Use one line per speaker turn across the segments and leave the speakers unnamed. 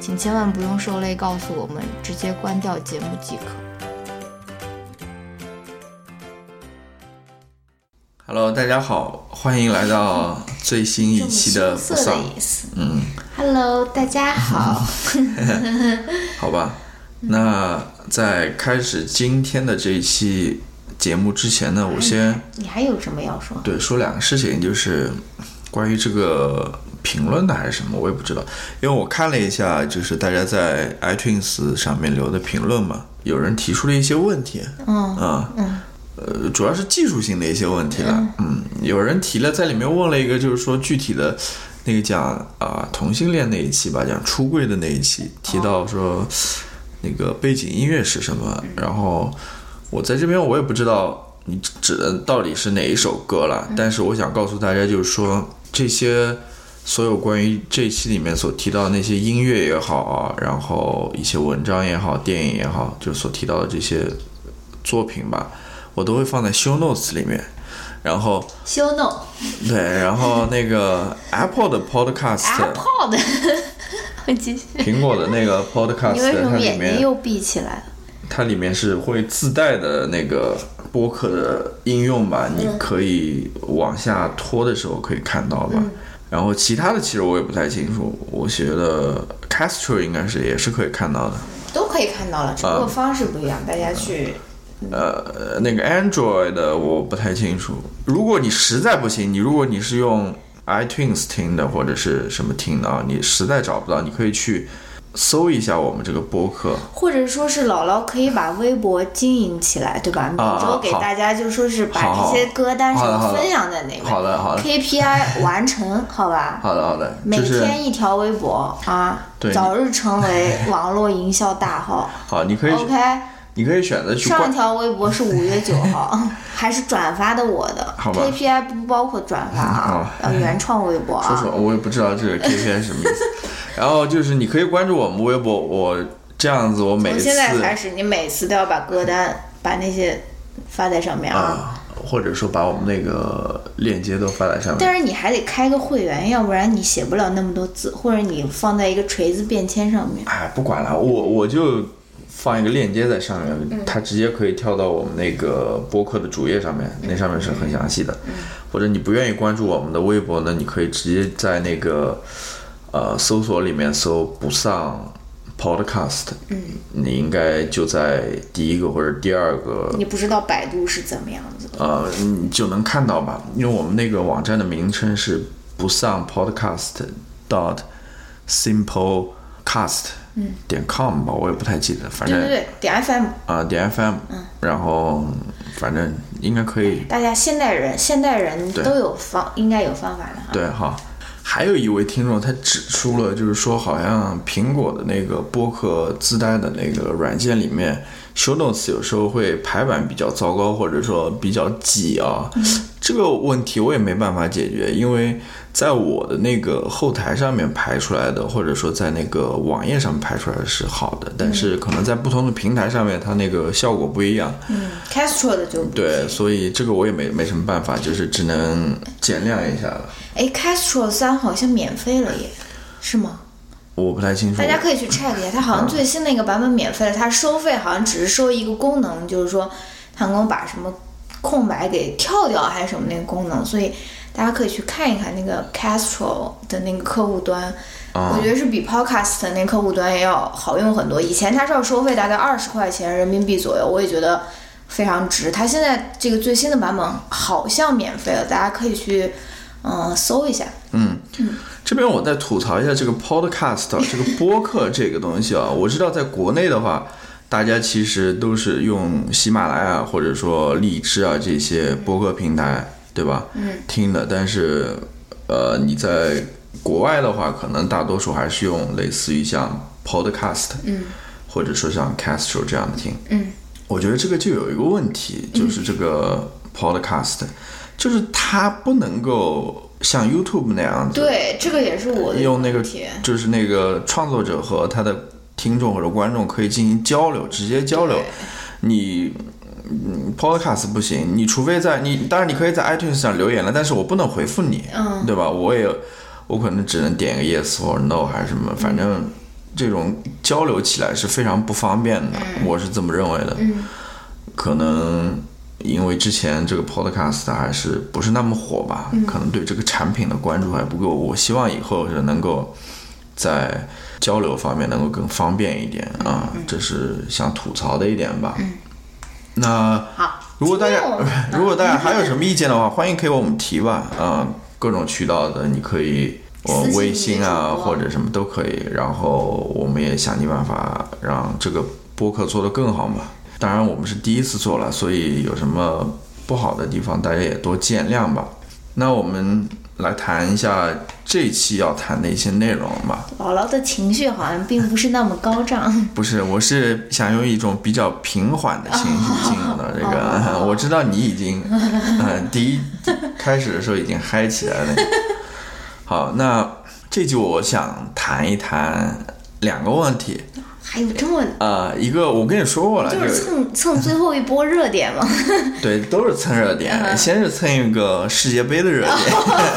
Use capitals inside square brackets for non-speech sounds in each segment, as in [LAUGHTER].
请千万不用受累告诉我们，直接关掉节目即可。
Hello，大家好，欢迎来到最新一期的不丧，
思。
嗯，
Hello，大家 [LAUGHS] 好。
好吧。那在开始今天的这一期节目之前呢，我先
你还有什么要说？
对说两个事情，就是关于这个评论的还是什么，我也不知道，因为我看了一下，就是大家在 iTunes 上面留的评论嘛，有人提出了一些问题，
嗯
啊，
嗯
呃，主要是技术性的一些问题了。嗯，有人提了，在里面问了一个，就是说具体的那个讲啊、同性恋那一期吧，讲出柜的那一期，提到说那个背景音乐是什么，然后我在这边我也不知道你指的到底是哪一首歌了，但是我想告诉大家，就是说这些。所有关于这一期里面所提到的那些音乐也好啊，然后一些文章也好，电影也好，就所提到的这些作品吧，我都会放在 show notes 里面。然后
，show
嗯
no
对，然后
[LAUGHS]
那个 Apple 的 Podcast，
iPod，我继续。
[LAUGHS] 苹果的
[LAUGHS]
那个 Podcast，
你为什
啊它
么
里
眼睛
面
又闭起来了？
它里面是会自带的那个播客的应用吧？
嗯
你可以往下拖的时候可以看到吧。
嗯
然后其他的其实我也不太清楚，我觉得 Castro 应该是也是可以看到的。
都可以看到了，只不过方式不一样，大家去。
呃，那个 Android 的我不太清楚。如果你实在不行，你如果你是用 iTunes 听的或者是什么听的啊，你实在找不到，你可以去搜一下我们这个播客。
或者说是姥姥可以把微博经营起来，对吧？每
啊
周给
好
大家就说是把
好
这
好
些歌单什
好的
么
好的
分享在那边
好的，好的， [LAUGHS]
，KPI 完成，好吧？
好的，好的，
每
就是
天一条微博啊
对，
早日成
[LAUGHS]
为网络营销大号。
好，你可以
OK，
你可以选择去
上
关。
条微博是五月九号， [LAUGHS] 还是转发的我的
好吧嗯
？KPI 不包括转发啊，呃，原创微博
说
啊。
说，我也不知道这
[LAUGHS]
个 KPI 是什么意思。然后就是你可以关注我们微博，我这样子，我每
从
次
现在开始，你每次都要把歌单把那些发在上面啊。
啊，或者说把我们那个链接都发在上面。
但是你还得开个会员，要不然你写不了那么多字，或者你放在一个锤子便签上面。
哎，不管了，我我就放一个链接在上面，它直接可以跳到我们那个播客的主页上面，那上面是很详细的。或者你不愿意关注我们的微博呢，你可以直接在那个呃搜索里面搜“不上 Podcast”，嗯，你应该就在第一个或者第二
嗯
个
你不知道百度是怎么样子的，
呃，你就能看到吧，因为我们那个网站的名称是不上 podcast dot simplecast 点 com 吧，我也不太记得，反
对对嗯
正
对，点 FM，
啊点、fm，、然后反正应该可以，
大家现代人现代人
对
都有方，应该有方法的啊。
对哈。还有一位听众他指出了，就是说好像苹果的那个播客自带的那个软件里面，show notes 有时候会排版比较糟糕，或者说比较挤啊。
嗯
这个问题我也没办法解决，因为在我的那个后台上面排出来的，或者说在那个网页上排出来的是好的，但是可能在不同的平台上面，它那个效果不一样。
嗯，Castro 的就不
对，所以这个我也没没什么办法，就是只能减量一下了。
哎，Castro 三好像免费了耶，是吗？
我不太清楚
大，家可以去 check 一下，它好
嗯
像最新的一个版本免费了，它收费好像只是收一个功能，就是说它能够把什么空白给跳掉还是什么那个功能，所以大家可以去看一看那个 Castro 的那个客户端。
啊
我觉得是比 Podcast 的那客户端也要好用很多。以前它是要收费大概二十块钱人民币左右，我也觉得
非常值。它现在这个最新的版本好像免费了，大家可以去嗯、呃搜一下。
这边我再吐槽一下这个 [LAUGHS] podcast 啊这个播客这个东西啊，我知道在国内的话，大家其实都是用喜马拉雅或者说荔枝啊这些播客平台，对吧？嗯，听的，但是呃你在国外的话，可能大多数还是用类似于像 podcast，嗯，或者说像 Castro 这样的听，嗯，我觉得这个就有一个问题，就是这个 podcast，、就是它不能够像 YouTube 那样子，
对，这个也是我的
用那个
问题
就是那个创作者和他的听众或者观众可以进行交流，直接交流
对。
你嗯 Podcast 不行，你除非在你当然你可以在 iTunes 上留言了，但是我不能回复你，对吧？我也我可能只能点个 yes 或者 no 还是什么，反正这种交流起来是非常不方便的，我是这么认为的。可能因为之前这个 podcast 还是不是那么火吧，可能对这个产品的关注还不够。我希望以后是能够在交流方面能够更方便一点啊，这是想吐槽的一点吧。那
好，
如果大家呃
今天我们
[LAUGHS]
[LAUGHS]
如果大家还有什么意见的话，欢迎给我们提吧。啊、各种渠道的你可以。我
私信
微信啊，
你的主播
或者什么都可以，然后我们也想尽办法让这个播客做得更好嘛。当然，我们是第一次做了，所以有什么不好的地方，大家也多见谅吧。那我们来谈一下这期要谈的一些内容吧。
姥姥的情绪好像并不是那么高
[LAUGHS]
涨。
不是，我是想用一种比较平缓的情
[LAUGHS]
绪进入到这个。 [LAUGHS] 我知道你已经，嗯，第一开始的时候已经嗨起来了。好，那这集我想谈一谈两个问题。
还有这么
呃，一个我跟你说过了，
就
这个
是蹭蹭最后一波热
[LAUGHS]
点嘛，
对，都是蹭热
嗯
点，先是蹭一个世界杯的热点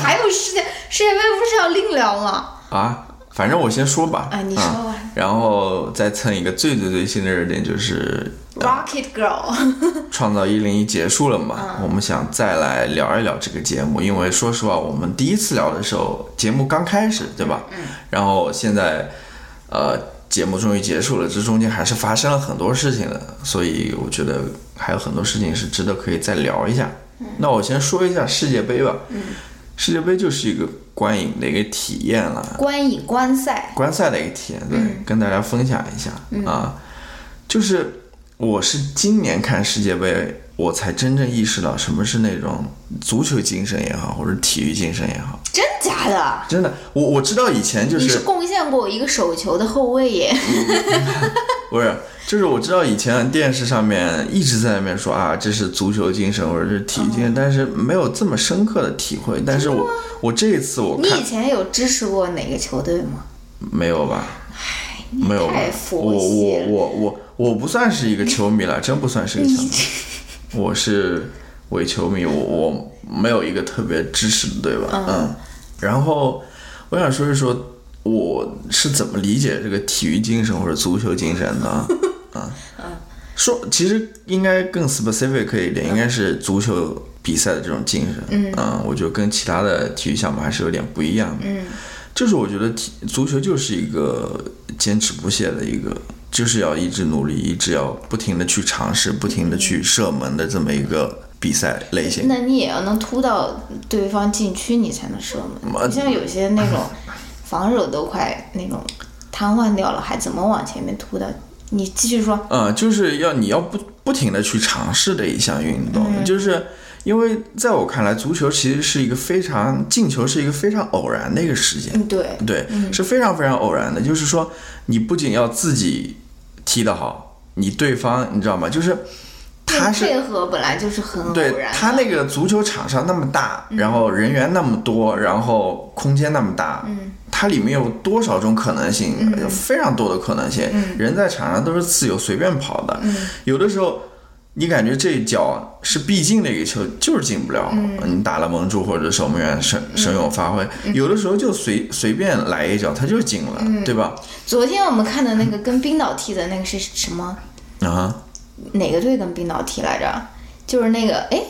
还有世界世界杯不是要另聊吗？
啊。反正我先说吧，
嗯啊，你说
嗯
吧。
然后再蹭一个最最最新的热点，就是
Rocket Girl，
创造一零一结束了嘛，我们想再来聊一聊这个节目，因为说实话，我们第一次聊的时候，节目刚开始，对吧？然后现在，呃，节目终于结束了，这中间还是发生了很多事情的，所以我觉得还有很多事情是值得可以再聊一下。那我先说一下世界杯吧，世界杯就是一个观影的一个体验了，
观影观赛，
观赛的一个体验，对，
嗯
跟大家分享一下、啊。就是我是今年看世界杯，我才真正意识到什么是那种足球精神也好，或者体育精神也好。
真假的？
真的，我我知道以前就
你
是
是贡献过我一个手球的后卫耶，
不是，就是我知道以前电视上面一直在那边说啊，这是足球精神或者是体育精
哦
神，但是没有这么深刻的体会。但是我我这一次我
你
看
以前有支持过哪个球队吗？
没有吧？
你
没有吧
太？
我
佛系
我
了。
我我我不算是一个球迷了，真不算是一个球迷。我是伪球迷，我我没有一个特别支持的队吧，嗯。然后我想说一说我是怎么理解这个体育精神或者足球精神的啊。嗯说其实应该更 specific 一点，应该是足球比赛的这种精神。嗯，我觉得跟其他的体育项目还是有点不一样的。嗯，就是我觉得体足球就是一个坚持不懈的一个，就是要一直努力，一直要不停的去尝试，不停的去射门的这么一个比赛类型。
那你也要能突到对方禁区，你才能射
我
门。
嗯
你像有些那种防守都快那种瘫痪掉了，还怎么往前面突的？你继续说，
嗯，就是要你要不不停的去尝试的一项运动，就是因为在我看来，足球其实是一个非常进球是一个非常偶然的一个事件。
嗯，对，
对，是非常非常偶然的。就是说，你不仅要自己踢得好，你对方你知道吗？就是他是
配合本来就是很偶
对
然的，嗯
他那个足球场上那么大，然后人员那么多，然后空间那么大，
嗯
它里面有多少种可能性？有非常多的可能性。
嗯
人在场上都是自由随便跑的，有的时候你感觉这一脚是必进的一个球，就是进不了。
嗯
你打了蒙住或者守门员神神勇发挥，有的时候就随随便来一脚，他就进了，
嗯
对吧？
昨天我们看的那个跟冰岛踢的那个是什么？
啊哈。
哪个队跟冰岛踢来着？就是那个哎，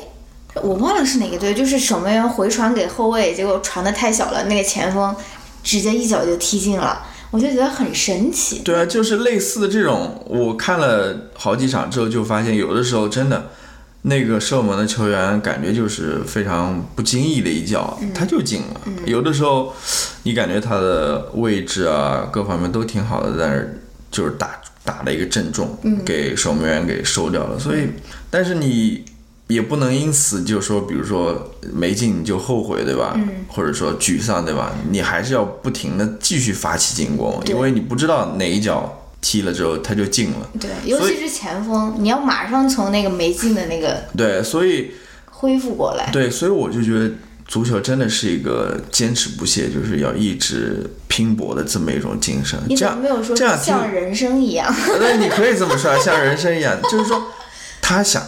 我忘了是哪个队，就是守门员回传给后卫，结果传的太小了，那个前锋直接一脚就踢进了。我就觉得很神奇。
对啊，就是类似的这种，我看了好几场之后，就发现有的时候真的，那个射门的球员感觉就是非常不经意的一脚，他就进了。有的时候，你感觉他的位置啊各方面都挺好的，但是就是打打了一个正中，给守门员给收掉了。所以，但是你。也不能因此就说，比如说没进你就后悔，对吧？或者说沮丧，对吧？你还是要不停的继续发起进攻，因为你不知道哪一脚踢了之后他就进了。
对，尤其是前锋，你要马上从那个没进的那个
对，所以
恢复过
[LAUGHS]
来。
对，所以我就觉得足球真的是一个坚持不懈，就是要一直拼搏的这么一种精神。
你
这
怎么
样
没有说
这样听
像人生一样？
那你可以这么说，啊，像人生一样，就是说，他想，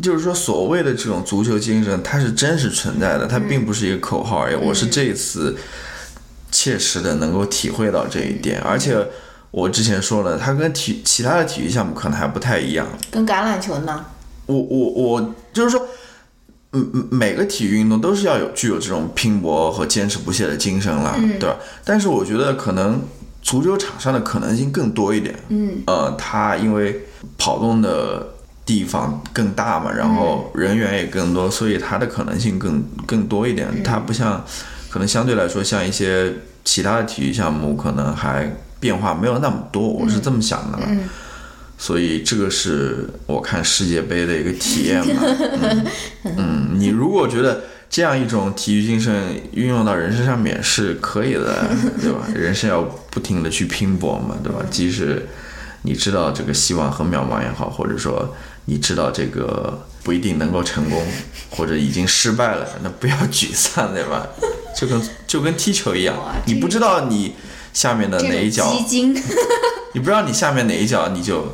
就是说，所谓的这种足球精神，它是真实存在的，它
嗯
并不是一个口号而已。我是这一次切实的能够体会到这一点，而且
嗯
我之前说了，它跟体其他的体育项目可能还不太一样。
跟橄榄球呢？
我我我就是说，嗯嗯，每个体育运动都是要有具有这种拼搏和坚持不懈的精神啦，对吧？但是我觉得可能足球场上的可能性更多一点，嗯，呃，它因为跑动的地方更大嘛，然后人员也更多，所以它的可能性更更多一点。它不像，可能相对来说像一些其他的体育项目，可能还变化没有那么多。我是这么想的啦。所以这个是我看世界杯的一个体验吧。
[LAUGHS]
嗯，嗯你如果觉得这样一种体育精神运用到人生上面是可以
[LAUGHS]
的，对吧？人生要不停的去拼搏嘛，对吧？即使你知道这个希望很渺茫也好，或者说你知道这个不一定能够成功，或者已经失败了，那不要沮丧，对
[LAUGHS]
吧？就跟就跟踢球一样
哇，
你
这
不知道你下面的
这
哪一
种
呃脚
基金？
你不知道你下面哪一脚你就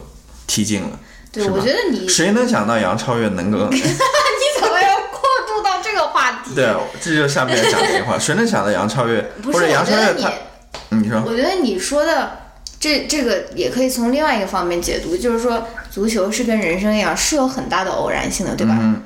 踢进了，
对，
是吧
我觉得你
谁能想到杨超越能
[LAUGHS]
够？
你怎么要过渡到这个话题？
对，这就是下面讲的一话。谁能想到杨超越
[LAUGHS] 不
或
是，
者
我
杨
觉
超
得
越
你
她？，嗯你说
我觉得你说的这这个也可以从另外一个方面解读，就是说足球是跟人生一样是有很大的偶然性的，对吧？
嗯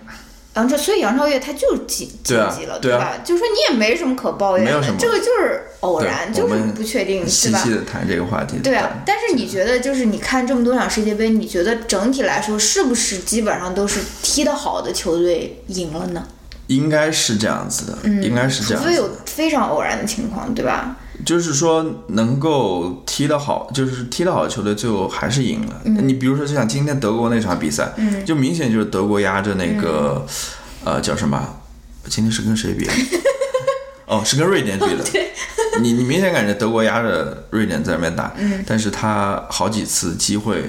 杨超，所以杨超越他就晋晋级
对啊
了，
对啊
吧？就说你也没什么可抱怨
没有
的
什么，
这个就是偶然，
对
就
我
是
们
不确定，对
细
吧
细？的谈这个话题。
对啊，但是你觉得就是你看这么多场世界杯，你觉得整体来说是不是基本上都是踢得好的球队赢了呢？
应该是这样子的，应该是这样
嗯除
子
非有
的。
非常偶然的情况，对吧？
就是说，能够踢得好，就是踢得好的球队最后还是赢了。你比如说，就像今天德国那场比赛，就明显就是德国压着那个，呃，叫什么？今天是跟谁比的？哦，是跟瑞典比的。 [LAUGHS] 你你明显感觉德国压着瑞典在那边打，但是他好几次机会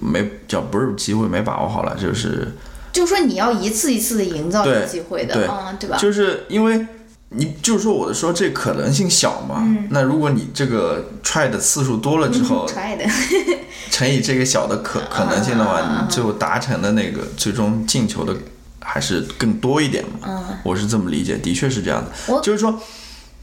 没叫不是机会没把握好了，就是
就说你要一次一次的营造这
对
机会
对
的，嗯，对吧？
就是因为你就是说我说这可能性小嘛，那如果你这个 try 的次数多了之
[LAUGHS]
后，
揣的，
乘以这个小的可可能性的话，
啊啊啊
你最后达成的那个最终进球的还是更多一点嘛。我是这么理解，的确是这样的
嗯我。
就是说，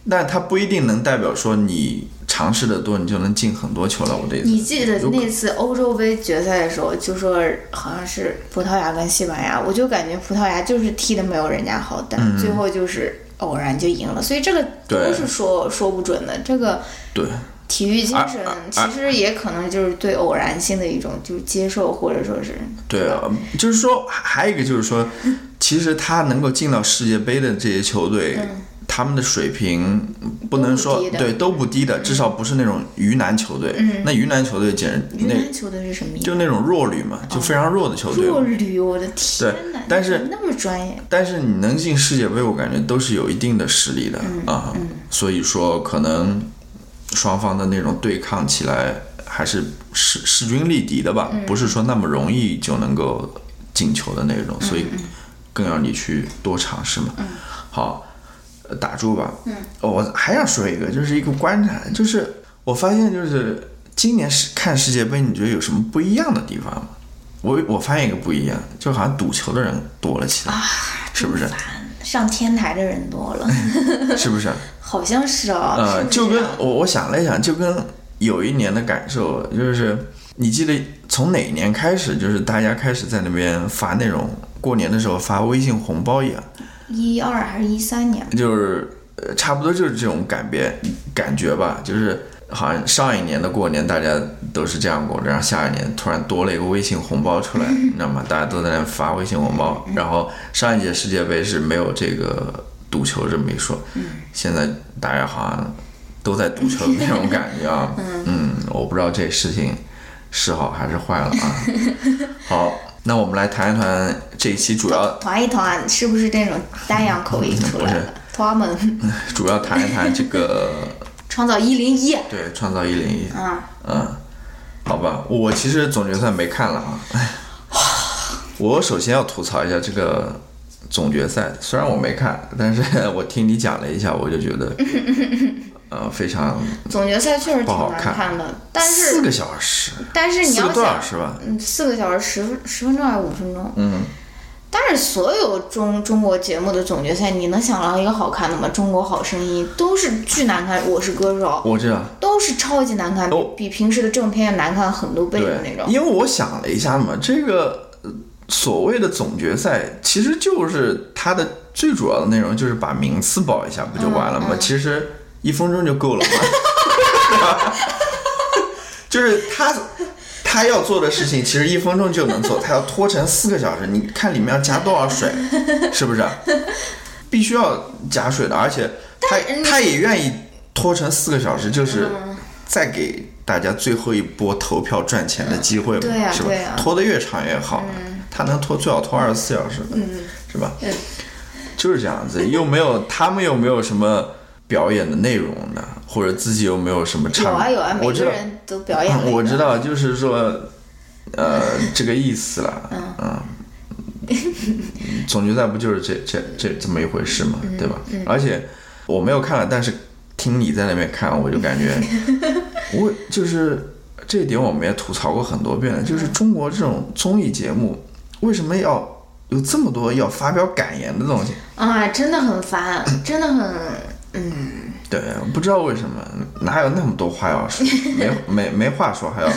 那它不一定能代表说你尝试的多，你就能进很多球了。我的意思，
你记得
有可
那次欧洲杯决赛的时候，就说好像是葡萄牙跟西班牙，我就感觉葡萄牙就是踢的没有人家好，但
嗯
是最后就是偶然就赢了，所以这个
对
都是说说不准的。这个
对
体育精神
啊啊
其实也可能就是对偶然性的一种就是接受，或者说是
对啊，就是说，还还有一个就是说，其实他能够进到世界杯的这些球队，他们的水平不能说
嗯都不低的嗯
对都不低的，至少不是那种鱼腩球队。那鱼腩球队简直
云
那
南球队是什么意思？
就那种弱旅嘛，
嗯
就非常弱的球队嘛。
弱旅，我的天
对
哪！你
但是
怎么那么专业，
但是你能进世界杯，我感觉都是有一定的实力的、啊。所以说，可能双方的那种对抗起来还是势势均力敌的吧，不是说那么容易就能够进球的那种，所以更要你去多尝试嘛。好，呃打住吧。嗯、我还想说一个，就是一个观察，就是我发现就是今年是看世界杯，你觉得有什么不一样的地方吗？我我发现一个不一样，就好像赌球的人多了起来，是不是？
上天台的人多了，
是不是？
[LAUGHS] 好像是哦，
嗯呃，
是不
就
是这
跟
样
我我想了一想，就跟有一年的感受，就是你记得从哪年开始，就是大家开始在那边发那种过年的时候发微信红包一样，
一二还是一三年？
就是呃差不多就是这种感别感觉吧，就是好像上一年的过年大家都是这样过，然后下一年突然多了一个微信红包出来，你知道吗？大家都在那发微信红包。然后上一届世界杯是没有这个赌球这么一说，现在大家好像都在赌球那种感觉啊。嗯，我不知道这事情是好还是坏了啊。好，那我们来谈一谈这一期主要
团一团是不是那种丹阳口音出来
不是
了？他们
主要谈一谈这个
创造一零一，
对创造一零一。
嗯，
嗯，好吧，我其实总决赛没看了啊。我首先要吐槽一下这个总决赛，虽然我没看，但是 [LAUGHS] 我听你讲了一下，我就觉
[LAUGHS]
得，呃，非常
总决赛确实
不
挺
好
难
看
看的，但
四
是
个小时，
但是你
四
要
个多小
想，
时吧，
嗯，四个小时十分十分钟还是五分钟？
嗯，
但是所有中中国节目的总决赛，你能想到一个好看的吗？中国好声音都是巨难看，《我是歌手
我知道，》
都是超级难看，比
哦
比平时的正片要难看很多倍的那
对，
种。
因为我想了一下嘛，这个呃所谓的总决赛，其实就是它的最主要的内容就是把名次报一下，不就完了
嗯
吗？其实一分钟就够了嘛， [LAUGHS]
[LAUGHS]
就是他他要做的事情，其实一分钟就能做，他要拖成四个小时，你看里面要加多少
[LAUGHS]
水，是不是？必须要加水的，而且他他也愿意拖成四个小时，就是
嗯
再给大家最后一波投票赚钱的机会嘛，
对呀
是吧？
对呀
拖得越长越好嘛，他能拖最好拖二十四小时，是吧？
嗯
就是这样子，又没有他们又没有什么表演的内容呢，或者自己又没有什么唱，
有啊有啊，每
我知
个
道，
人都表演了
嗯
一个。
我知道，就是说，呃，这个意思啦，嗯。总决赛不就是这这这这么一回事嘛，对吧？而且我没有看了，但是听你在那边看，我就感 [LAUGHS] 觉，我就是这一点我们也吐槽过很多遍了，就是中国这种综艺节目为什么要有这么多要发表感言的东西？
啊，真的很烦，真的很，嗯，
对，不知道为什么，哪有那么多话要说，没没没话说，还要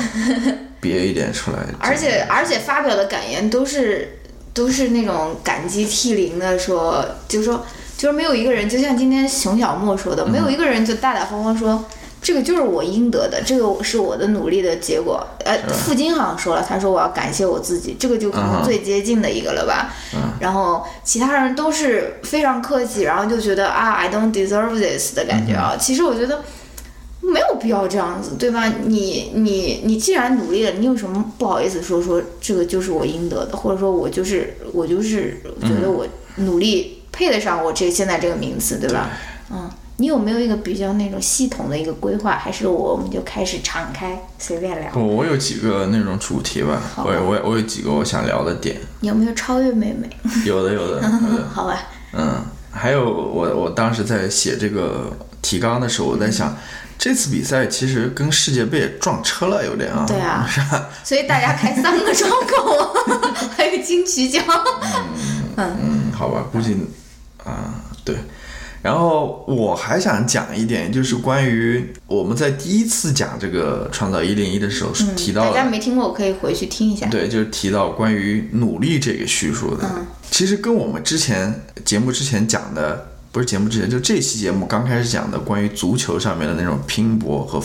憋一点出 [LAUGHS] 来。
而且而且发表的感言都是都是那种感激涕零的说，就说就是没有一个人，就像今天熊小莫说的，没
嗯
有一个人就大大方方说。这个就是我应得的，这个是我的努力的结果。呃，傅金好像说了，他说我要感谢我自己，这个就可
嗯哼嗯
能最接近的一个了吧。然后其他人都是非常客气，然后就觉得啊，I don't deserve this 的
嗯
感觉啊。其实我觉得没有必要这样子，对吧？你你你既然努力了，你有什么不好意思说说这个就是我应得的，或者说我就是我就是觉得我努力配得上我这现在这个名次，对吧？嗯，你有没有一个比较那种系统的一个规划？还是我们就开始敞开随便聊？
我我有几个那种主题吧，我有我有我有几个我想聊的
[LAUGHS]
点，
你有没有超越妹妹？
有的有的有的，
好吧，
嗯，还有我我当时在写这个提纲的时候，我在
嗯
想，这次比赛其实跟世界杯撞车了，有点啊，
对啊
是吧？
[LAUGHS] 所以大家开三个窗口啊， [LAUGHS] 还有金曲奖。
嗯，好吧，估计啊、对。然后我还想讲一点，就是关于我们在第一次讲这个创造一零一的时候是提到
嗯大
了，
家没听过，可以回去听一下。
对，就是提到关于努力这个叙述的，
嗯
其实跟我们之前节目之前讲的，不是节目之前，就这期节目刚开始讲的关于足球上面的那种拼搏和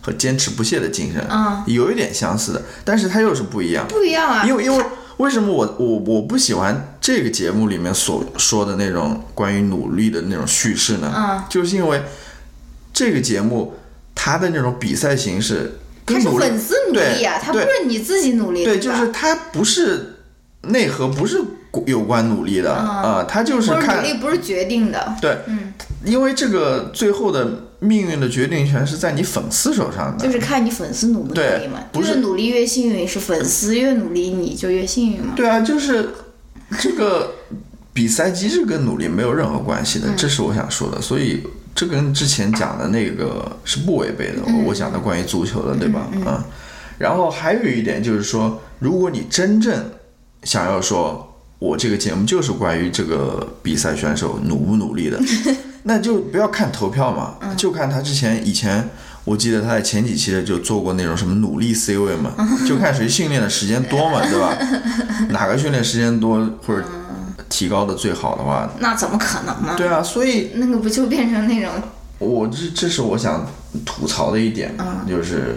和坚持不懈的精神，
嗯
有一点相似的，但是它又是不一样。
不一样啊，
因为因为为什么我我我不喜欢这个节目里面所说的那种关于努力的那种叙事呢？
嗯
就是因为这个节目它的那种比赛形式
他
跟
是
努力
粉丝努力啊，
对
他不是你自己努力的，
对，就是它不是内核，不是有关努力的啊，它就是
嗯或者努
看
力不是决定的，
对，因为这个最后的命运的决定权是在你粉丝手上的，
就是看你粉丝努不努力嘛。
对不
越
是
努力越幸运，是粉丝越努力你就越幸运嘛。
对啊，就是这个比赛机制跟努力没有任何关系的，这是我想说的。所以这跟之前讲的那个是不违背的。我讲的关于足球的，对吧？嗯然后还有一点就是说，如果你真正想要说，我这个节目就是关于这个比赛选手努不努 [LAUGHS] 力的，那就不要看投票嘛，就看他之前以前。我记得他在前几期的就做过那种什么努力 C 位嘛，就看谁训练的时间多嘛， [LAUGHS] 对吧？哪个训练时间多或者提高的最好的话，
那怎么可能呢？
对啊，所以
那个不就变成那种
我这这是我想吐槽的一点，就是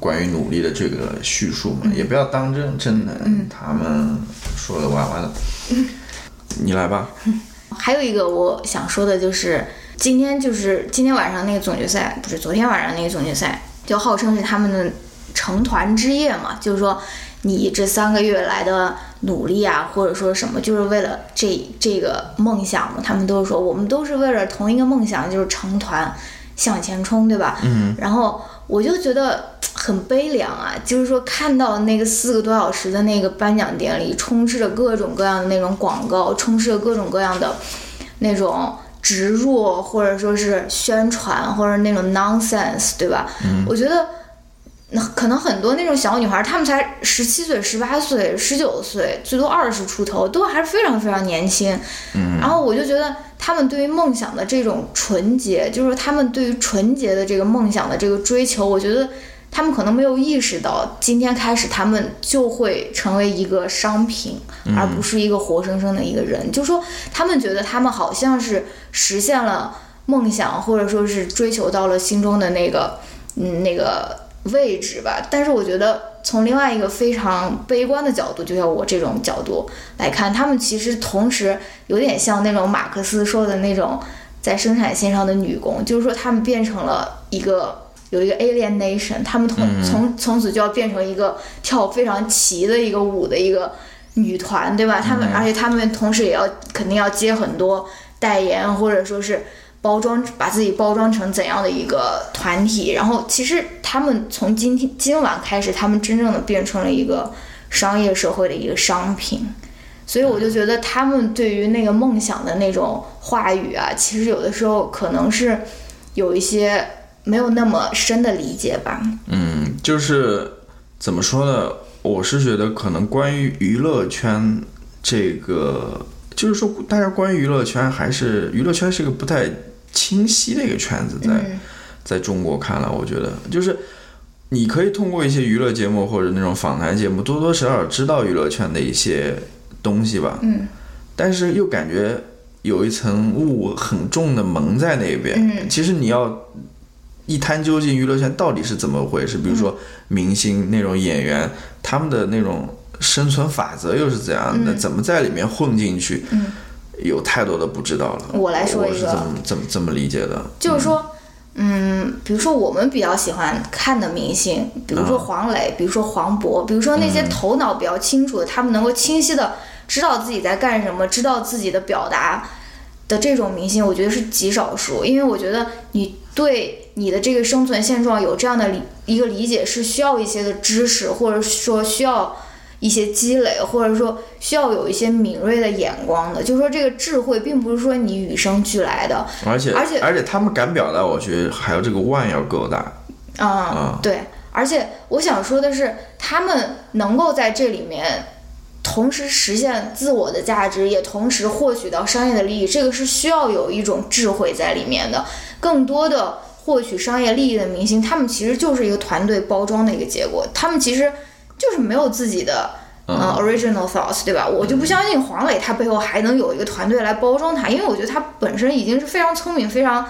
关于努力的这个叙述嘛，也不要当真，真的，他们说了完完了，你来吧，
还有一个我想说的就是，今天就是今天晚上那个总决赛，不是昨天晚上那个总决赛，就号称是他们的成团之夜嘛，就是说你这三个月来的努力啊，或者说什么，就是为了这这个梦想嘛，他们都是说我们都是为了同一个梦想，就是成团向前冲，对吧？嗯。然后我就觉得。很悲凉啊，就是说看到那个四个多小时的那个颁奖典礼，充斥着各种各样的那种广告，充斥着各种各样的那种植入，或者说是宣传，或者那种 nonsense，对吧？我觉得那可能很多那种小女孩，她们才十七岁、十八岁、十九岁，最多二十出头，都还是非常非常年轻。嗯，然后我就觉得她们对于梦想的这种纯洁，就是她们对于纯洁的这个梦想的这个追求，我觉得她们可能没有意识到，今天开始她们就会成为一个商品，而不是一个活生生的一个人。就说她们觉得她们好像是实现了梦想，或者说是追求到了心中的那个嗯那个位置吧。但是我觉得从另外一个非常悲观的角度，就像我这种角度来看，他们其实同时有点像那种马克思说的那种在生产线上的女工，就是说他们变成了一个。有一个 alienation，他们从从从此就要变成一个跳非常齐的一个舞的一个女团，对吧？他们而且他们同时也要肯定要接很多代言，或者说是包装，把自己包装成怎样的一个团体。然后其实他们从今天今晚开始，他们真正的变成了一个商业社会的一个商品。所以我就觉得他们对于那个梦想的那种话语啊，其实有的时候可能是有一些没有那么深的理解吧。
嗯，就是怎么说呢？我是觉得可能关于娱乐圈这个，就是说大家关于娱乐圈还是娱乐圈是一个不太清晰的一个圈子在，在、中国看来，我觉得就是你可以通过一些娱乐节目或者那种访谈节目，多多少少知道娱乐圈的一些东西吧。嗯，但是又感觉有一层雾很重的蒙在那边。嗯，其实你要一探究竟娱乐圈到底是怎么回
嗯
事，比如说明星那种演员，他们的那种生存法则又是怎
嗯
样的，怎么在里面混进去，有太多的不知道了。
我来说
我
一
是
个
怎么怎么怎么理解的？
就是说，嗯，比如说我们比较喜欢看的明星，比如说黄磊，比如说黄渤，比如说那些头脑比较清楚的，他们能够清晰的知道自己在干什么，知道自己的表达的这种明星，我觉得是极少数。因为我觉得你对你的这个生存现状有这样的理一个理解，是需要一些的知识，或者说需要。一些积累，或者说需要有一些敏锐的眼光的，就是说这个智慧并不是说你与生俱来的，
而且
而且
他们敢表达，我觉得还有这个腕要够大。
啊，对，而且我想说的是，他们能够在这里面同时实现自我的价值，也同时获取到商业的利益，这个是需要有一种智慧在里面的。更多的获取商业利益的明星，他们其实就是一个团队包装的一个结果，他们其实就是没有自己的。
啊嗯
呃 o r i g i n a l thoughts，对吧？我就不相信黄磊他背后还能有一个团队来包装他，因为我觉得他本身已经是非常聪明、非常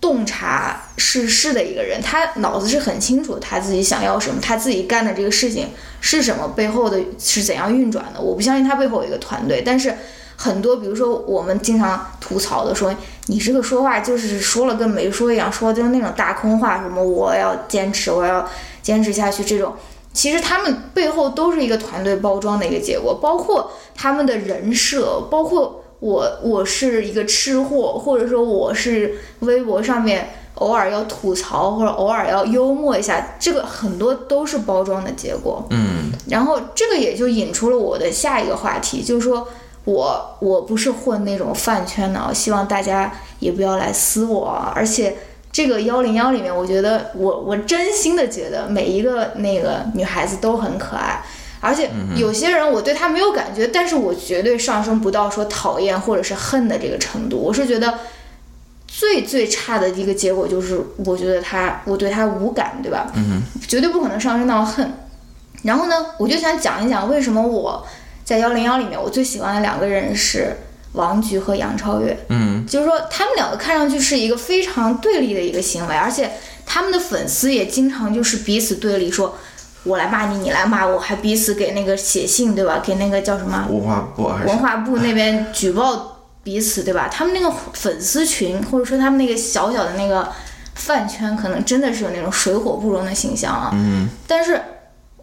洞察世事的一个人，他脑子是很清楚他自己想要什么，他自己干的这个事情是什么，背后的是怎样运转的。我不相信他背后有一个团队，但是很多，比如说我们经常吐槽的说，你这个说话就是说了跟没说一样，说的就是那种大空话，什么我要坚持，我要坚持下去这种。其实他们背后都是一个团队包装的一个结果，包括他们的人设，包括我我是一个吃货，或者说我是微博上面偶尔要吐槽或者偶尔要幽默一下，这个很多都是包装的结果。
嗯，
然后这个也就引出了我的下一个话题，就是说我我不是混那种饭圈的，啊我希望大家也不要来撕我啊。而且这个幺零幺里面，我觉得我我真心的觉得每一个那个女孩子都很可爱，而且有些人我对她没有感觉，但是我绝对上升不到说讨厌或者是恨的这个程度。我是觉得。最最差的一个结果就是，我觉得她，我对她无感，对吧？嗯，绝对不可能上升到恨。然后呢，我就想讲一讲为什么我在幺零幺里面我最喜欢的两个人是王菊和杨超越，
嗯，
就是说他们两个看上去是一个非常对立的一个行为，而且他们的粉丝也经常就是彼此对立，说我来骂你，你来骂我，还彼此给那个写信，对吧？给那个叫什么
文化部还是
文化部那边举报彼此，对吧？他们那个粉丝群，或者说他们那个小小的那个饭圈，可能真的是有那种水火不容的形象啊。
嗯，
但是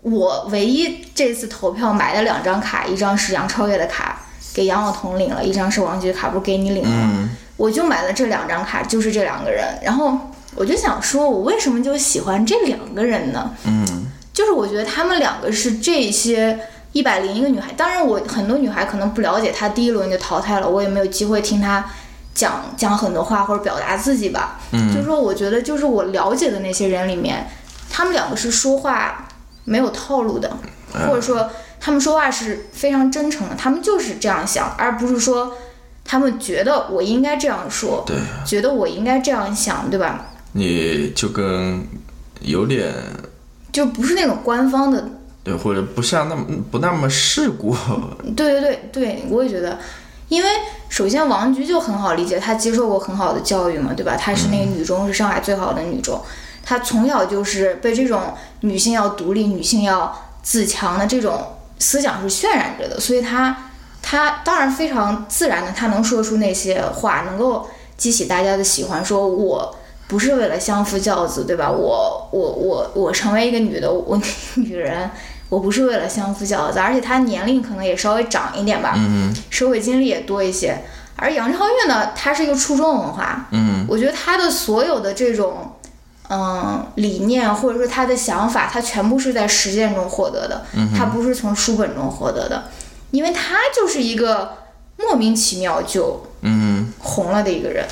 我唯一这次投票买的两张卡，一张是杨超越的卡，给杨晓彤领了；一张是王菊卡，不是给你领了吗。
嗯
我就买了这两张卡，就是这两个人。然后我就想说，我为什么就喜欢这两个人呢？
嗯
就是我觉得他们两个是这些一百零一个女孩，当然我很多女孩可能不了解她第一轮就淘汰了，我也没有机会听她讲讲很多话或者表达自己吧。
嗯
就是说我觉得就是我了解的那些人里面，他们两个是说话没有套路的，或者说他们说话是非常真诚的，他们就是这样想，而不是说他们觉得我应该这样说，
对，
觉得我应该这样想，对吧？
你就跟有点
就不是那种官方的
对，或者不像那么不那么世故，
对对对对，我也觉得，因为首先王菊就很好理解，她接受过很好的教育嘛，对吧？她是那个女中，是上海最好的女中，她从小就是被这种女性要独立、女性要自强的这种思想是渲染着的，所以她她当然非常自然的，她能说出那些话，能够激起大家的喜欢，说我。不是为了相夫教子，对吧？我我我我成为一个女的，我女人，我不是为了相夫教子，而且她年龄可能也稍微长一点吧，
嗯
社会经历也多一些。而杨超越呢，她是一个初中文化，
嗯
我觉得她的所有的这种嗯理念或者说她的想法，她全部是在实践中获得的，她不是从书本中获得的，因为她就是一个莫名其妙就
嗯
红了的一个人。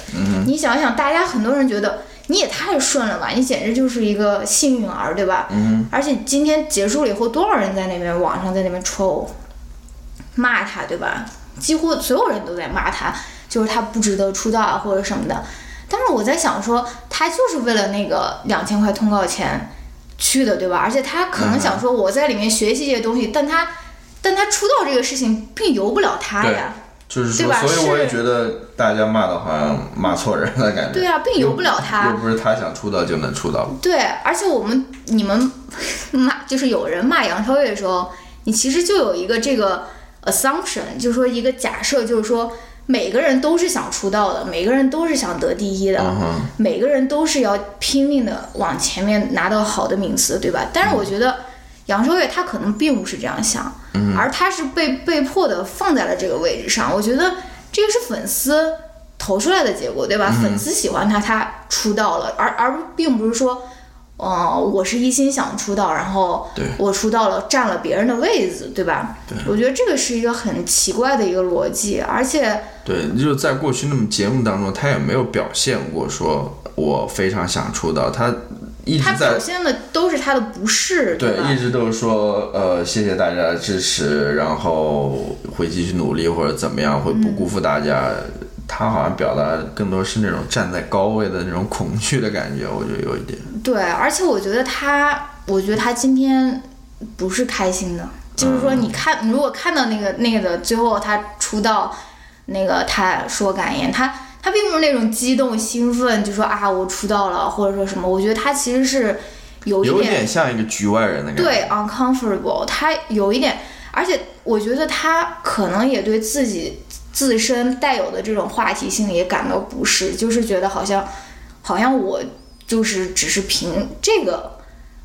你想想，大家很多人觉得你也太顺了吧，你简直就是一个幸运儿，对吧？
嗯。
而且今天结束了以后，多少人在那边网上在那边抽，骂他，对吧？几乎所有人都在骂他，就是他不值得出道啊或者什么的。但是我在想说，他就是为了那个两千块通告钱去的，对吧？而且他可能想说我在里面学习这些东西，但他但他出道这个事情并由不了他
对
呀。
就是
对
说，
吧
所以我也
是
觉得大家骂的好像骂错人的感觉。
对啊，并由不了他。
又不是他想出道就能出道。
对，而且我们你们 [LAUGHS] 骂，就是有人骂杨超越的时候，你其实就有一个这个 assumption，就是说一个假设，就是说每个人都是想出道的，每个人都是啊想得第一的，
嗯哼，
每个人都是要拼命的往前面拿到好的名次，对吧？但是我觉得杨超越她可能并不是这样想，
嗯
而她是被被迫的放在了这个位置上。我觉得这个是粉丝投出来的结果，对
嗯
吧？粉丝喜欢她，她出道了，而而并不是说。嗯、我是一心想出道，然后
对
我出道了，占了别人的位子，对吧？我觉得这个是一个很奇怪的一个逻辑，而且
对，就是在过去那么节目当中，他也没有表现过说我非常想出道，他一直
他
在
表现的都是他的不适，
对
吧？
一直都是说呃谢谢大家的支持，然后会继续努力或者怎么样，会不辜负大家。他好像表达更多是那种站在高位的那种恐惧的感觉，我觉得有一点。
对，而且我觉得他，我觉得他今天不是开心的，就是说，你看，你如果看到那个那个的最后他出道，那个他说感言，他他并不是那种激动兴奋，就说啊我出道了或者说什么，我觉得他其实是有一
有
点
点像一个局外人的感觉。
对 uncomfortable，他有一点，而且我觉得他可能也对自己自身带有的这种话题性也感到不适，就是觉得好像好像我就是只是凭这个，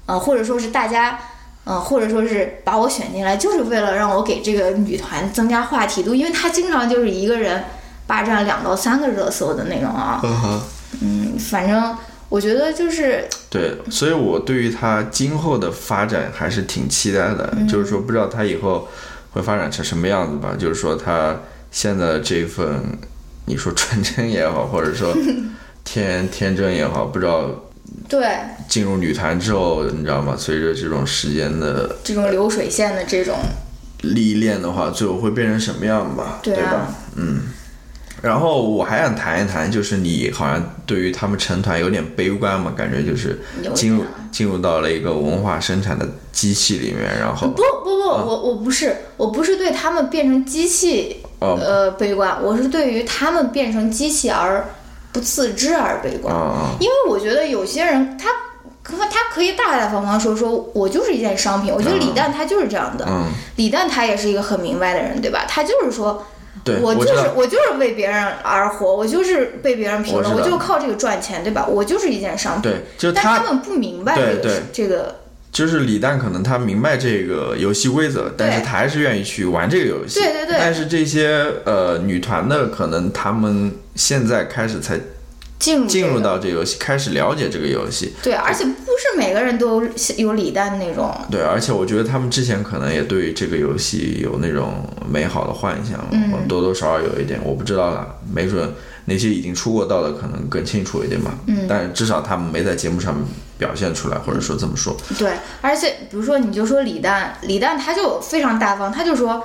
呃，或者说是大家。呃，或者说是把我选进来，就是为了让我给这个女团增加话题度，因为她经常就是一个人霸占两到三个热搜的那种啊。
嗯哼。
嗯，反正我觉得就是
对，所以我对于他今后的发展还是挺期待的，
嗯
就是说不知道他以后会发展成什么样子吧。就是说他现在的这份，你说纯真也好，或者
[LAUGHS]
说天天真也好，不知道
对
进入女团之后，你知道吗？随着这种时间的
这种流水线的这种
历练的话，最后会变成什么样吧？
对啊
吧？嗯。然后我还想谈一谈，就是你好像对于他们成团有点悲观嘛，感觉就是
有
进入
点啊
进入到了一个文化生产的机器里面，然后啊
不不不，我我不是，我不是对他们变成机器
哦
呃悲观，我是对于他们变成机器而不自知而悲观，
啊
因为我觉得有些人他。可他可以大大方方说说，我就是一件商品。我觉得李
啊
诞他就是这样的，
嗯，
李诞他也是一个很明白的人，对吧？他就是说，
对，
我就
知
是
道，
我就是为别人而活，我就是被别人评论，
我
我
知道
就靠这个赚钱，对吧？我就是一件商品。
对，就是
但
他
他们不明白
对
这个
对
这个，
就是李诞，可能他明白这个游戏规则，但是他还是愿意去玩这个游戏。
对对对
但是这些呃女团的，可能他们现在开始才
进入
进
这
入
个
到这个游戏，开始了解这个游戏。
对，而且不是每个人都有有李诞那种，
对，而且我觉得他们之前可能也对这个游戏有那种美好的幻想，
嗯
多多少少有一点，我不知道啦，没准那些已经出过道的可能更清楚一点吧。
嗯
但至少他们没在节目上表现出来，或者说这么说。
对，而且比如说你就说李诞，李诞他就非常大方，他就说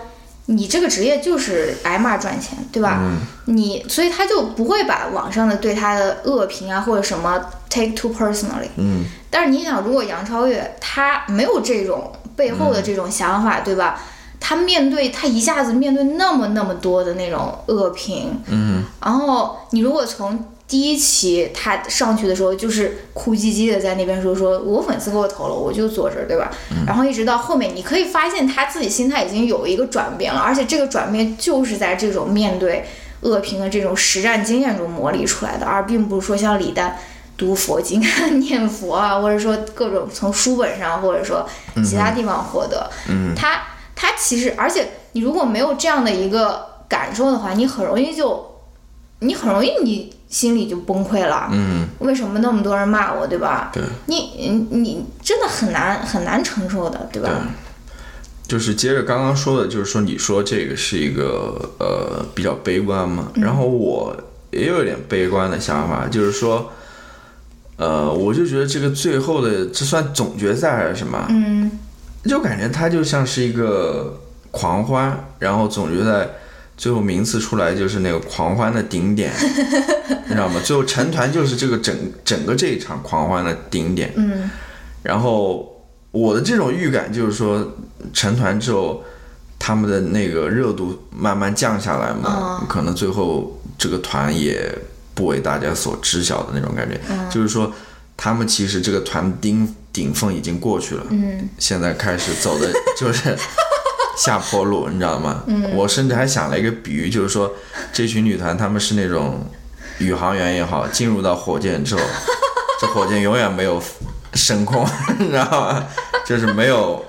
你这个职业就是挨骂赚钱，对吧？
嗯
你所以他就不会把网上的对他的恶评啊或者什么 take too personally。
嗯，
但是你想，如果杨超越他没有这种背后的这种想法，对吧？他面对他一下子面对那么那么多的那种恶评，
嗯，
然后你如果从第一期他上去的时候，就是哭唧唧的在那边说说，我粉丝给我投了，我就坐这儿，对吧？然后一直到后面，你可以发现他自己心态已经有一个转变了，而且这个转变就是在这种面对恶评的这种实战经验中磨砺出来的，而并不是说像李诞读佛经、 [LAUGHS] 念佛啊，或者说各种从书本上，或者说其他地方获得。
嗯，
他他其实，而且你如果没有这样的一个感受的话，你很容易就，你很容易你心里就崩溃了。
嗯，
为什么那么多人骂我，对吧？
对。
你你你真的很难很难承受的，对吧？
就是接着刚刚说的，就是说你说这个是一个呃比较悲观嘛，然
嗯
后我也有一点悲观的想法，就是说，呃，我就觉得这个最后的这算总决赛还是什么？
嗯，
就感觉它就像是一个狂欢，然后总决赛最后名次出来就是那个狂欢的顶
[LAUGHS]
点，你知道吗？最后成团就是这个整整个这一场狂欢的顶点。
嗯，
然后我的这种预感就是说，成团之后他们的那个热度慢慢降下来嘛，可能最后这个团也不为大家所知晓的那种感觉，就是说他们其实这个团顶顶峰已经过去了，
嗯，
现在开始走的 [LAUGHS] 就是。下坡路，你知道吗？嗯、我甚至还想了一个比喻，就是说，这群女团她们是那种宇航员也好，进入到火箭之后，这火箭永远没有升空， [LAUGHS] 你知道吗？就是没有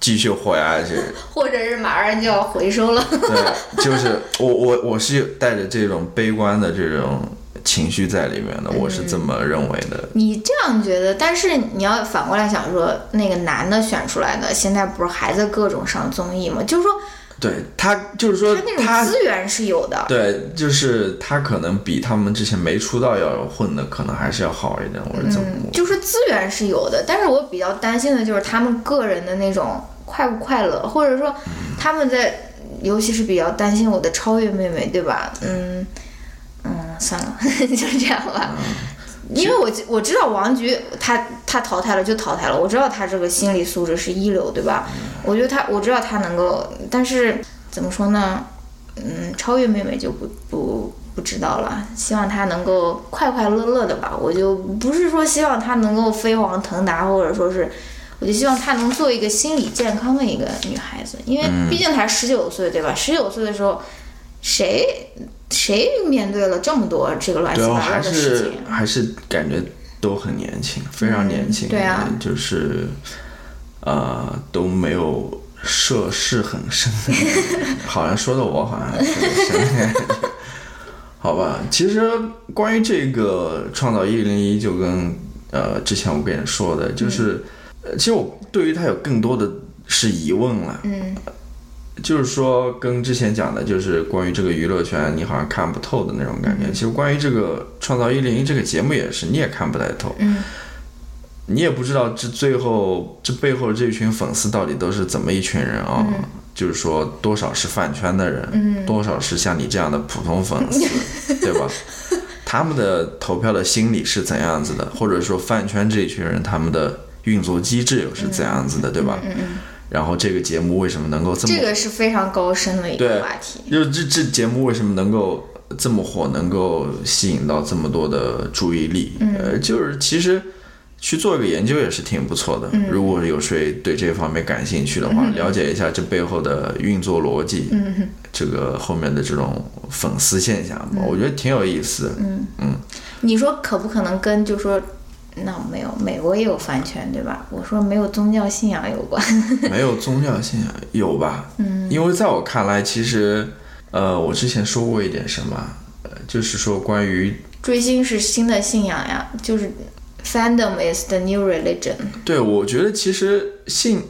继续活下 [LAUGHS] 去。
或者是马上就要回收了。 [LAUGHS]
对，就是我我我是带着这种悲观的这种情绪在里面的，我是这么认为的。
你这样觉得，但是你要反过来想说，那个男的选出来的，现在不是还在各种上综艺吗？就是说
对他就是说
他那
他
种资源是有的，
对，就是他可能比他们之前没出道要混的，可能还是要好一点。我是这么、
嗯，就是资源是有的，但是我比较担心的就是他们个人的那种快不快乐，或者说他们在，尤其是比较担心我的超越妹妹，对吧？嗯嗯，算了， [LAUGHS] 就这样吧。因为我知我知道王菊她她淘汰了就淘汰了，我知道她这个心理素质是一流，对吧？我觉得她我知道她能够，但是怎么说呢？嗯，超越妹妹就不不不知道了。希望她能够快快乐乐的吧。我就不是说希望她能够飞黄腾达，或者说是，我就希望她能做一个心理健康的一个女孩子，因为
嗯
毕竟才十九岁，对吧？十九岁的时候，谁谁面对了这么多这个乱七
对，我
八
还
糟的事
是
情？
还是感觉都很年轻，非常年轻。
对啊
就是呃都没有涉世很深的 [LAUGHS] 那种，好像说的我好像涉世很深的感觉。好吧，其实关于这个创造一零一，就跟呃之前我跟你说的，就是、呃其实我对于它有更多的是疑问了。
嗯
就是说，跟之前讲的，就是关于这个娱乐圈，你好像看不透的那种感
嗯
觉。其实关于这个《创造一零一》这个节目也是，你也看不太透，
嗯
你也不知道这最后这背后这群粉丝到底都是怎么一群人啊、就是说，多少是饭圈的人，
嗯
多少是像你这样的普通粉
[LAUGHS]
丝，对吧？他们的投票的心理是怎样子的，或者说饭圈这一群人他们的运作机制又是怎样子的，对吧？
嗯嗯
然后这个节目为什么能够这么
这个是非常高深的一
对
个话题。
就是这这节目为什么能够这么火，能够吸引到这么多的注意力？呃，就是其实去做一个研究也是挺不错的。如果有谁对这方面感兴趣的话，了解一下这背后的运作逻辑，嗯、这个后面的这种粉丝现象吧，我觉得挺有意思的。
你说可不可能跟就说那没有美国也有饭圈对吧？我说没有宗教信仰有
啊
关。
没有宗教信仰，有吧？嗯，因为在我看来，其实呃，我之前说过一点什么，呃，就是说关于
追星是新的信仰呀，就是 fandom is the new religion。
对，我觉得其实信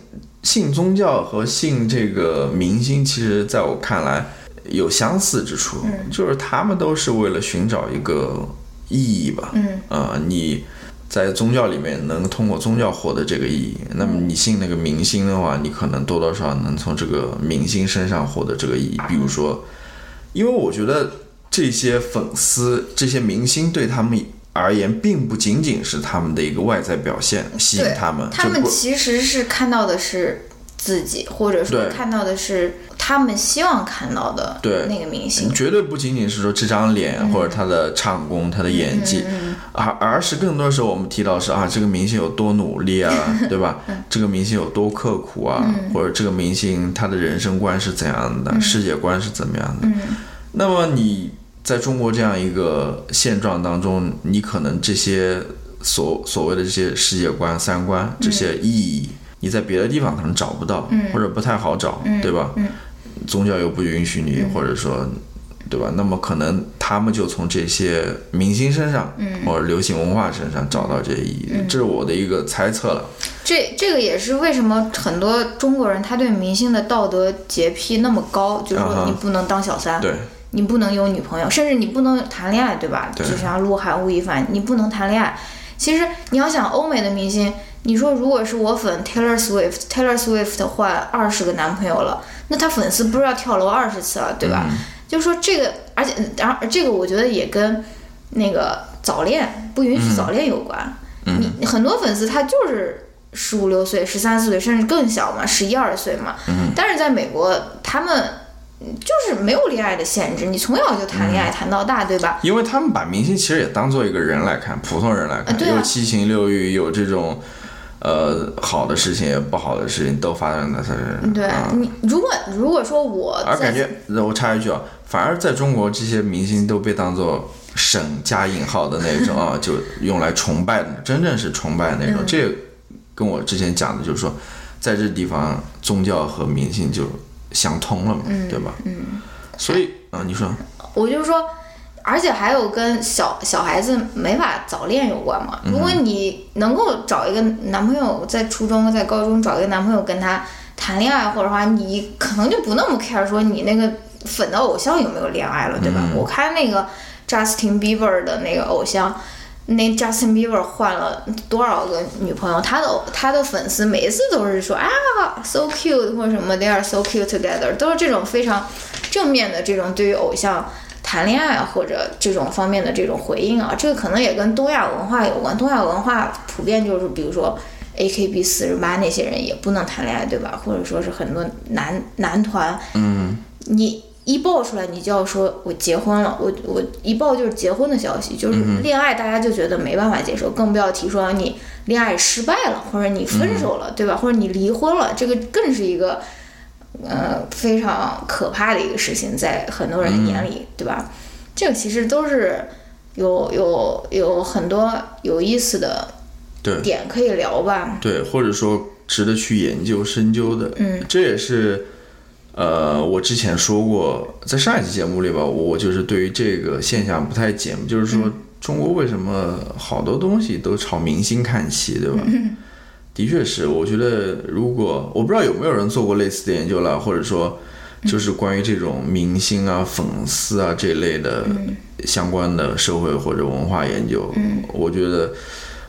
信宗教和信这个明星，其实在我看来有相似之处，
嗯
就是他们都是为了寻找一个意义吧。嗯，呃，你在宗教里面能通过宗教获得这个意义，那么
嗯
你信那个明星的话，你可能多多少少能从这个明星身上获得这个意义，比如说。因为我觉得这些粉丝、这些明星对他们而言，并不仅仅是他们的一个外在表现吸引
对
他们，
他
就
们
不
其实是看到的是自己，或者说
对
看到的是他们希望看到的
对
那个明星。
嗯绝对不仅仅是说这张脸或者他的唱功、他的演技，而而是更多时候我们提到是啊，这个明星有多努力啊，对吧？这个明星有多刻苦啊，或者这个明星他的人生观是怎样的，世界观是怎么样的。那么你在中国这样一个现状当中，你可能这些所所谓的这些世界观、三观这些意义，你在别的地方可能找不到，或者不太好找，对吧？宗教又不允许你，或者说，对吧？那么可能他们就从这些明星身上，
嗯
或者流行文化身上找到这些意义，这是我的一个猜测了。
这这个也是为什么很多中国人他对明星的道德洁癖那么高，就是
啊哈
说你不能当小三，
对，
你不能有女朋友，甚至你不能谈恋爱，对吧？
对
就像鹿晗、吴亦凡，你不能谈恋爱。其实你要想欧美的明星，你说如果是我粉 Taylor Swift，Taylor Swift 换二十个男朋友了，那他粉丝不知道跳楼二十次了，对吧？就是说这个，而且然后这个我觉得也跟那个早恋不允许早恋有关。你很多粉丝他就是十五六岁、十三四岁，甚至更小嘛，十一二岁嘛。但是在美国，他们就是没有恋爱的限制，你从小就谈
嗯
恋爱、谈到大，对吧？
因为他们把明星其实也当做一个人来看，普通人来看，
啊对啊
有七情六欲，有这种呃好的事情，也不好的事情都发生在他身上。
嗯对、
啊
你，如果如果说我
而
在
感觉，我插一句啊，反而在中国，这些明星都被当做神加引号的那种啊，就用来崇拜的，真正是崇拜的那种。这也跟我之前讲的，就是说，在这地方宗教和明星就相通了嘛，对吧？嗯。所以啊，你说，
我就说，而且还有跟小小孩子没法早恋有关嘛。如果你能够找一个男朋友，在初中、在高中找一个男朋友跟他谈恋爱，或者话，你可能就不那么 care 说你那个粉的偶像有没有恋爱了，对吧？我看那个 Justin Bieber 的那个偶像。那 Justin Bieber 换了多少个女朋友？他的偶他的粉丝每一次都是说啊，so cute 或者什么 they are so cute together，都是这种非常正面的这种对于偶像谈恋爱或者这种方面的这种回应啊。这个可能也跟东亚文化有关。东亚文化普遍就是，比如说 A K B 四十八那些人也不能谈恋爱，对吧？或者说是很多男男团，嗯，你。一爆出来，你就要说我结婚了，我我一爆就是结婚的消息，就是恋爱，大家就觉得没办法接受，更不要提说你恋爱失败了，或者你分手了，对吧？或者你离婚了，这个更是一个呃非常可怕的一个事情，在很多人眼里，对吧？这个其实都是有有有很多有意思的
对
点可以聊吧。
对，或者说值得去研究深究的。嗯，这也是呃，我之前说过，在上一期节目里吧，我就是对于这个现象不太解，就是说中国为什么好多东西都朝明星看齐，对吧？ [LAUGHS] 的确是，我觉得如果我不知道有没有人做过类似的研究了，或者说就是关于这种明星啊、粉丝啊这一类的相关的社会或者文化研究，我觉得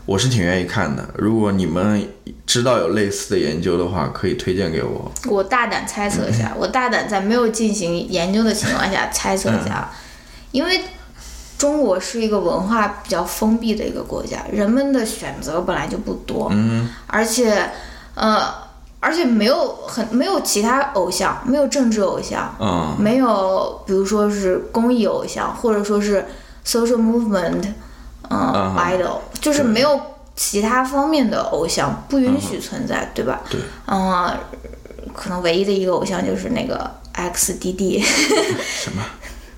我是挺愿意看的。如果你们知道有类似的研究的话，可以推荐给我。
我大胆猜测一下，我大胆在没有进行研究的情况下猜测一下，因为中国是一个文化比较封闭的一个国家，人们的选择本来就不多，嗯，而且呃，而且没有很没有其他偶像，没有政治偶像，
嗯
没有比如说是公益偶像，或者说是 social movement，嗯、
嗯
i d o l 就是没有其他方面的偶像不允许存在，对吧？
对，
嗯、可能唯一的一个偶像就是那个 [LAUGHS] XDD
嗯什么？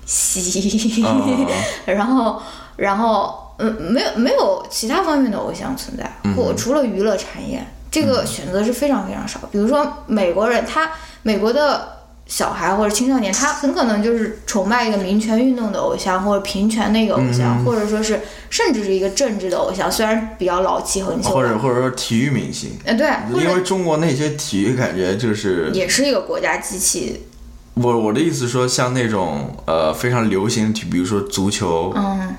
西，
啊、
[LAUGHS] 然后然后嗯，没有没有其他方面的偶像存在，
嗯
或除了娱乐产业，这个选择是非常非常少。比如说美国人，他美国的小孩或者青少年，他很可能就是崇拜一个民权运动的偶像，或者平权的一个偶
嗯
像，或者说是甚至是一个政治的偶像，虽然比较老气横秋吧，
啊或者或者说体育明星，
哎对，或
因为
者
中国那些体育感觉就是
也是一个国家机器，
我我的意思说，像那种呃非常流行的体，比如说足球，
嗯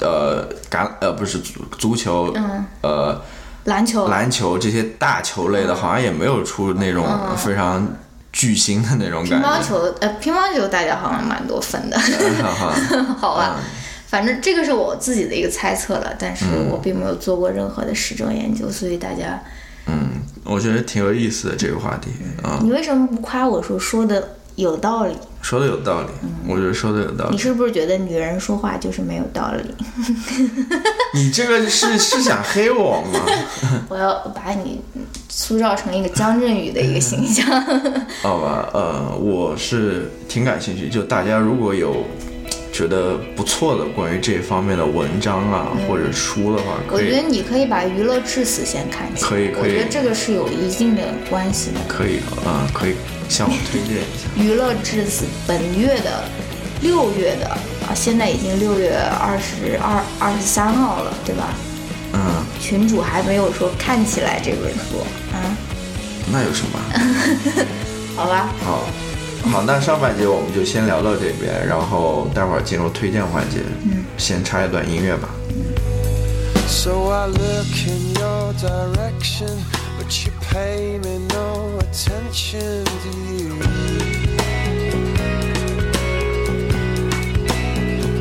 呃橄呃不是足足球，
嗯，
呃
篮球，
篮球这些大球
嗯
类的，好像也没有出那种非常巨星的那种
乒
感
乓
觉。
球，呃，乒乓球大家好像蛮多分
[LAUGHS]
的。
哈哈，
[LAUGHS] 好吧，
嗯
反正这个是我自己的一个猜测了，但是我并没有做过任何的实证研究，所以大家，
嗯，我觉得挺有意思的这个话题啊、
你为什么不夸我说说的有道理？
说的有道理，我觉得说的有道理
你。是不是觉得女人说话就是没有道理？
你这个是是想黑我吗？嗯
我要把你塑造成一个江振宇的一个形
[LAUGHS]
象。
好吧，呃，我是挺感兴趣，就大家如果有觉得不错的关于这方面的文章啊、或者书的话，
我
可
觉
以
得你可以把娱乐至死先看起来，
可以可以
我觉得这个是有一定的关系的。
可以啊、可以向我推荐一下。
娱乐至死本月的六月的啊，现在已经六月二十二、二十三号了，对吧？
嗯，
群主还没有说看起来这本书啊，
那有什么？
好吧，
好，好，那上半节我们就先聊到这边，然后待会儿进入推荐环节。嗯，先插一段音乐吧。
So I look in your direction, but you pay me no attention to you.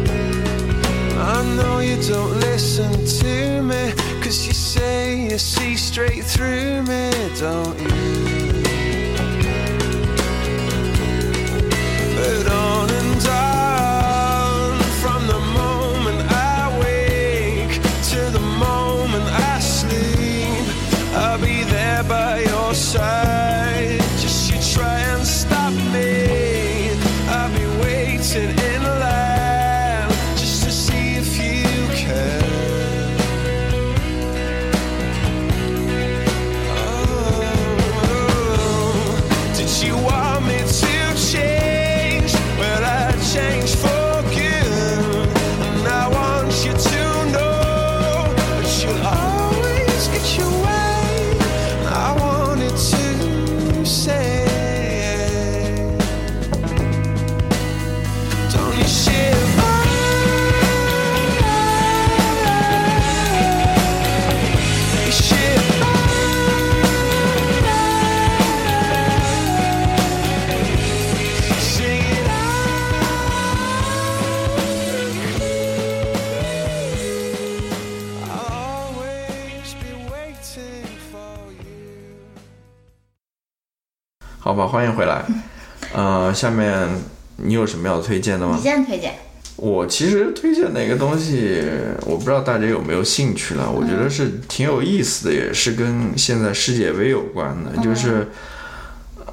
I know you don't listen to me, cause you say you see straight through me, don't you? But on and on, from the moment I wake to the moment I sleep, I'll be there by your side. Just you try and stop me. I'll be waiting in line just to see if you care. Did you want me to change? Well, I changed for good. And I want you to know that you'll always get your way. And I wanted to say, don't you shiver? You shiver. Sing it out. I'll always be waiting for you.
好吧，欢迎回来。
嗯
呃，下面你有什么要推荐的吗
你？先推荐。
我其实推荐哪个东西，我不知道大家有没有兴趣了。我觉得是挺有意思的，也是跟现在世界杯有关的。就是，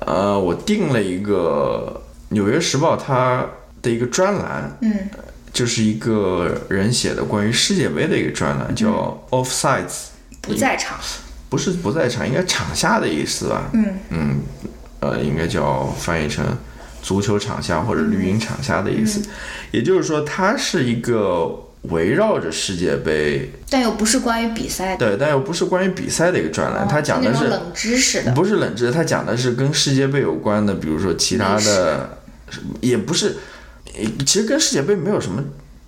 呃，我订了一个《纽约时报》它的一个专栏，
嗯，
就是一个人写的关于世界杯的一个专栏，叫 Offsides，
不在场，
不是不在场，应该场下的意思吧？
嗯
嗯，呃，应该叫翻译成足球场下或者绿茵场下的意
嗯
思。也就是说，它是一个围绕着世界杯，
但又不是关于比赛的，
对，但又不是关于比赛的一个专栏，它讲的
哦那种
是
冷知识的，
不是冷知识，它讲的是跟世界杯有关的，比如说其他
历史
的，也不是，也其实跟世界杯没有什么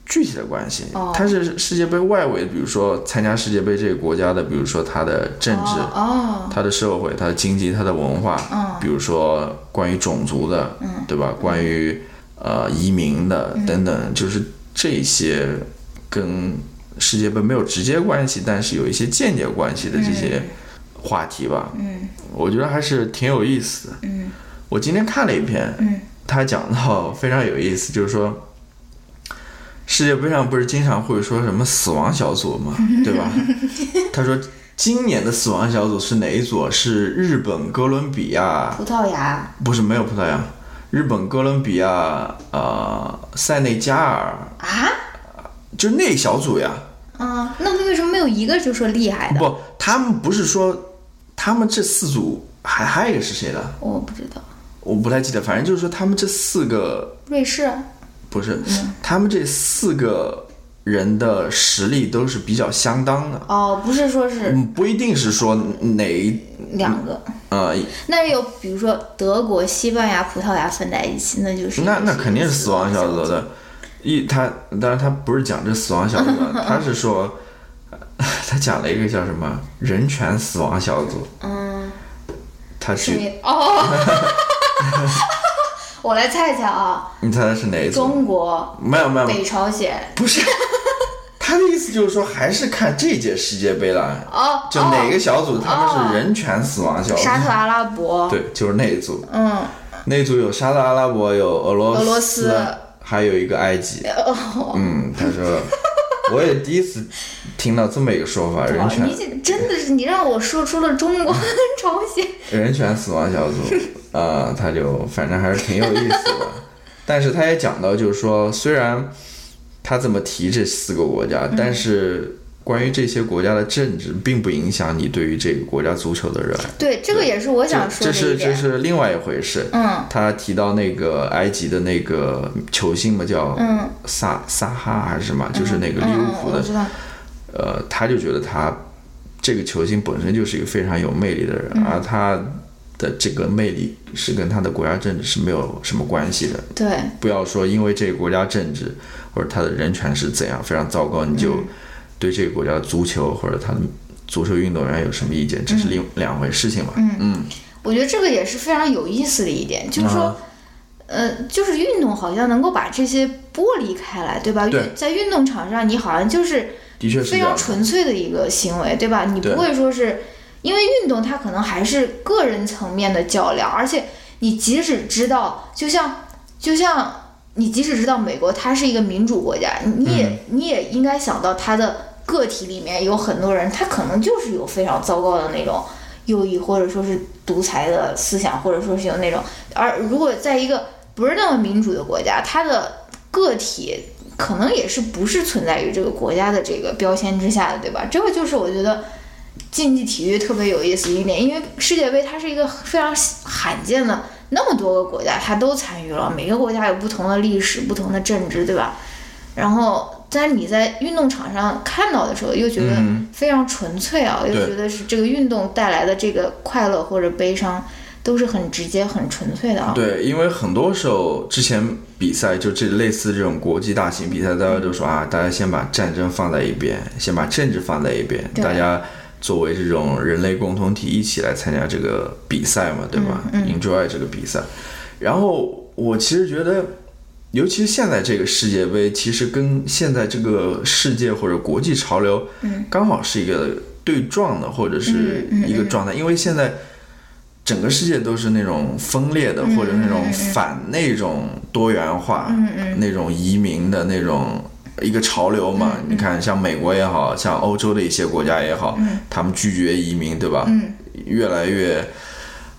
具体的关系，
哦
它是世界杯外围，比如说参加世界杯这个国家的，比如说它的政治，
哦，
它的社会、它的经济、它的文化，比如说关于种族的，对吧？关于呃移民的等等，就是这些跟世界杯没有直接关系，但是有一些间接关系的这些话题吧，嗯，我觉得还是挺有意思的，嗯，我今天看了一篇，嗯，他讲到非常有意思，就是说。世界杯上不是经常会说什么死亡小组嘛，对吧？他说今年的死亡小组是哪一组？啊是日本、哥伦比亚，
葡萄牙，
不是没有葡萄牙，日本、哥伦比亚，呃，塞内加尔啊，就那一小组呀。
嗯，那他为什么没有一个就说厉害的？
不，他们不是说他们这四组还还有一个是谁的？
我不知道，
我不太记得，反正就是说他们这四个
瑞士
不是，
嗯
他们这四个人的实力都是比较相当的，
哦，不是说是
嗯，不一定是说哪一
两个，
呃，
那有比如说德国、西班牙、葡萄牙分在一起，那就是
那
一个
那肯定是死亡小组
组。
的。一他当然他不是讲这死亡小组
[LAUGHS]
啊，他是说 [LAUGHS] 他讲了一个叫什么人权死亡小组，
嗯，
他
是
去
你哦。 [LAUGHS] 我来猜一猜啊，
你猜他是哪一组？
中国、
没有没有，
北朝鲜，
不
[LAUGHS]
是。他的意思就是说，还是看这届世界杯了，
哦，
就哪个小组他们是人权死亡小
哦
组，
沙特阿拉伯，
对，就是那一组。
嗯，
那组有沙特阿拉伯，有俄罗
俄罗斯
还有一个埃及。
哦，
嗯，他说，我也第一次听到这么一个说法，人权
你这真的是你让我说出了中国 [LAUGHS] 朝鲜，
人权死亡小组，呃，他就反正还是挺有意思的。但是他也讲到，就是说，虽然他这么提这四个国家，
嗯
但是关于这些国家的政治，并不影响你对于这个国家足球的热爱。
对，这个也是我想说
这
的
是
一
这
点，
是另外一回事。
嗯，
他提到那个埃及的那个球星嘛，叫萨、萨哈还是什么，就是那个利物
嗯，
浦的
我，知道，
呃，他就觉得他这个球星本身就是一个非常有魅力的
嗯
人，而他的这个魅力是跟他的国家政治是没有什么关系的。
对，
不要说因为这个国家政治或者他的人权是怎样非常糟糕，你
嗯
就对这个国家的足球或者他的足球运动员有什么意见，这是另两回事情嘛。嗯
我觉得这个也是非常有意思的一点，就是说，
啊嗯
呃，就是运动好像能够把这些剥离开来，对吧？
对
在运动场上，你好像就是
的确是这
非
样
常
的。
纯粹的一个行为，对吧？你
对
不会说是因为运动，它可能还是个人层面的较量，而且你即使知道，就像就像你即使知道美国它是一个民主国家，你
嗯
也、你也应该想到它的个体里面有很多人，他可能就是有非常糟糕的那种右翼或者说是独裁的思想，或者说是有那种，而如果在一个不是那么民主的国家，它的个体可能也是不是存在于这个国家的这个标签之下的，对吧？这个就是我觉得竞技体育特别有意思一点，因为世界杯它是一个非常罕见的，那么多个国家它都参与了，每个国家有不同的历史、不同的政治，对吧？然后，但是你在运动场上看到的时候，又觉得非常纯粹啊，又
对
觉得是这个运动带来的这个快乐或者悲伤，都是很直接、很纯粹的啊。
对，因为很多时候之前比赛就这类似这种国际大型比赛，大家都说啊，大家先把战争放在一边，先把政治放在一边，
对
大家作为这种人类共同体一起来参加这个比赛嘛，对吧、e
嗯
n j o y 这个比赛。然后我其实觉得，尤其是现在这个世界杯，其实跟现在这个世界或者国际潮流，刚好是一个对撞的，或者是一个状态，因为现在。整个世界都是那种分裂的，或者那种反那种多元化、
嗯
那种移民的那种一个潮流嘛。
嗯
你看，像美国也好像欧洲的一些国家也好，
嗯
他们拒绝移民，对吧？越来越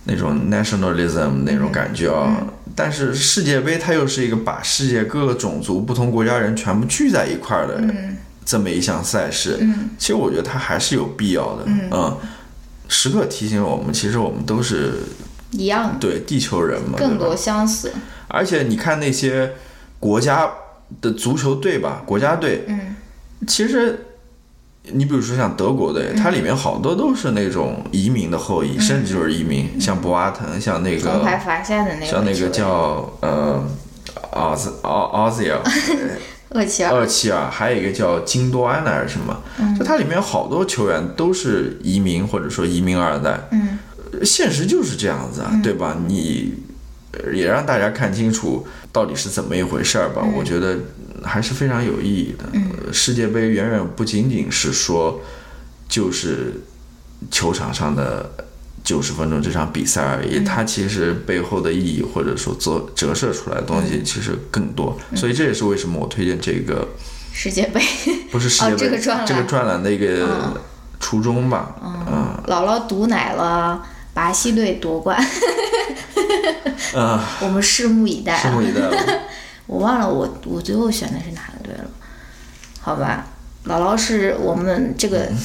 那种 nationalism 那种感觉
嗯
啊。但是世界杯它又是一个把世界各个种族、不同国家人全部聚在一块儿的
嗯
这么一项赛事。其实我觉得它还是有必要的。嗯，时刻提醒我们，其实我们都是
一样，
对地球人嘛，对
更
吧
多相似。
而且你看那些国家的足球队吧，国家队，嗯，其实你比如说像德国队，它里面好多都是那种移民的后裔，甚至就是移民，像博阿滕，像那
铜牌
个
罚下的那个，
像那个叫呃奥兹奥奥兹尔
厄齐尔，嗯
厄齐尔，还有一个叫金多安的还是什么，就它里面好多球员都是移民或者说移民二代，呃
嗯，
现实就是这样子啊，对吧？你呃也让大家看清楚到底是怎么一回事儿吧。
嗯
我觉得还是非常有意义的。呃世界杯远远不仅仅是说就是球场上的九十分钟这场比赛而
嗯
已，它其实背后的意义或者说折折射出来的东
嗯
西其实更多，所以这也是为什么我推荐这个
世界杯
不是世
哦
界杯、
这个专栏嗯
栏的一个初衷吧，嗯
姥姥毒奶了巴西队夺
[LAUGHS]
冠，
嗯，
我们拭目以待啊。
拭目以待吧。
我忘了我我最后选的是哪个队了，好吧。姥姥是我们这个
嗯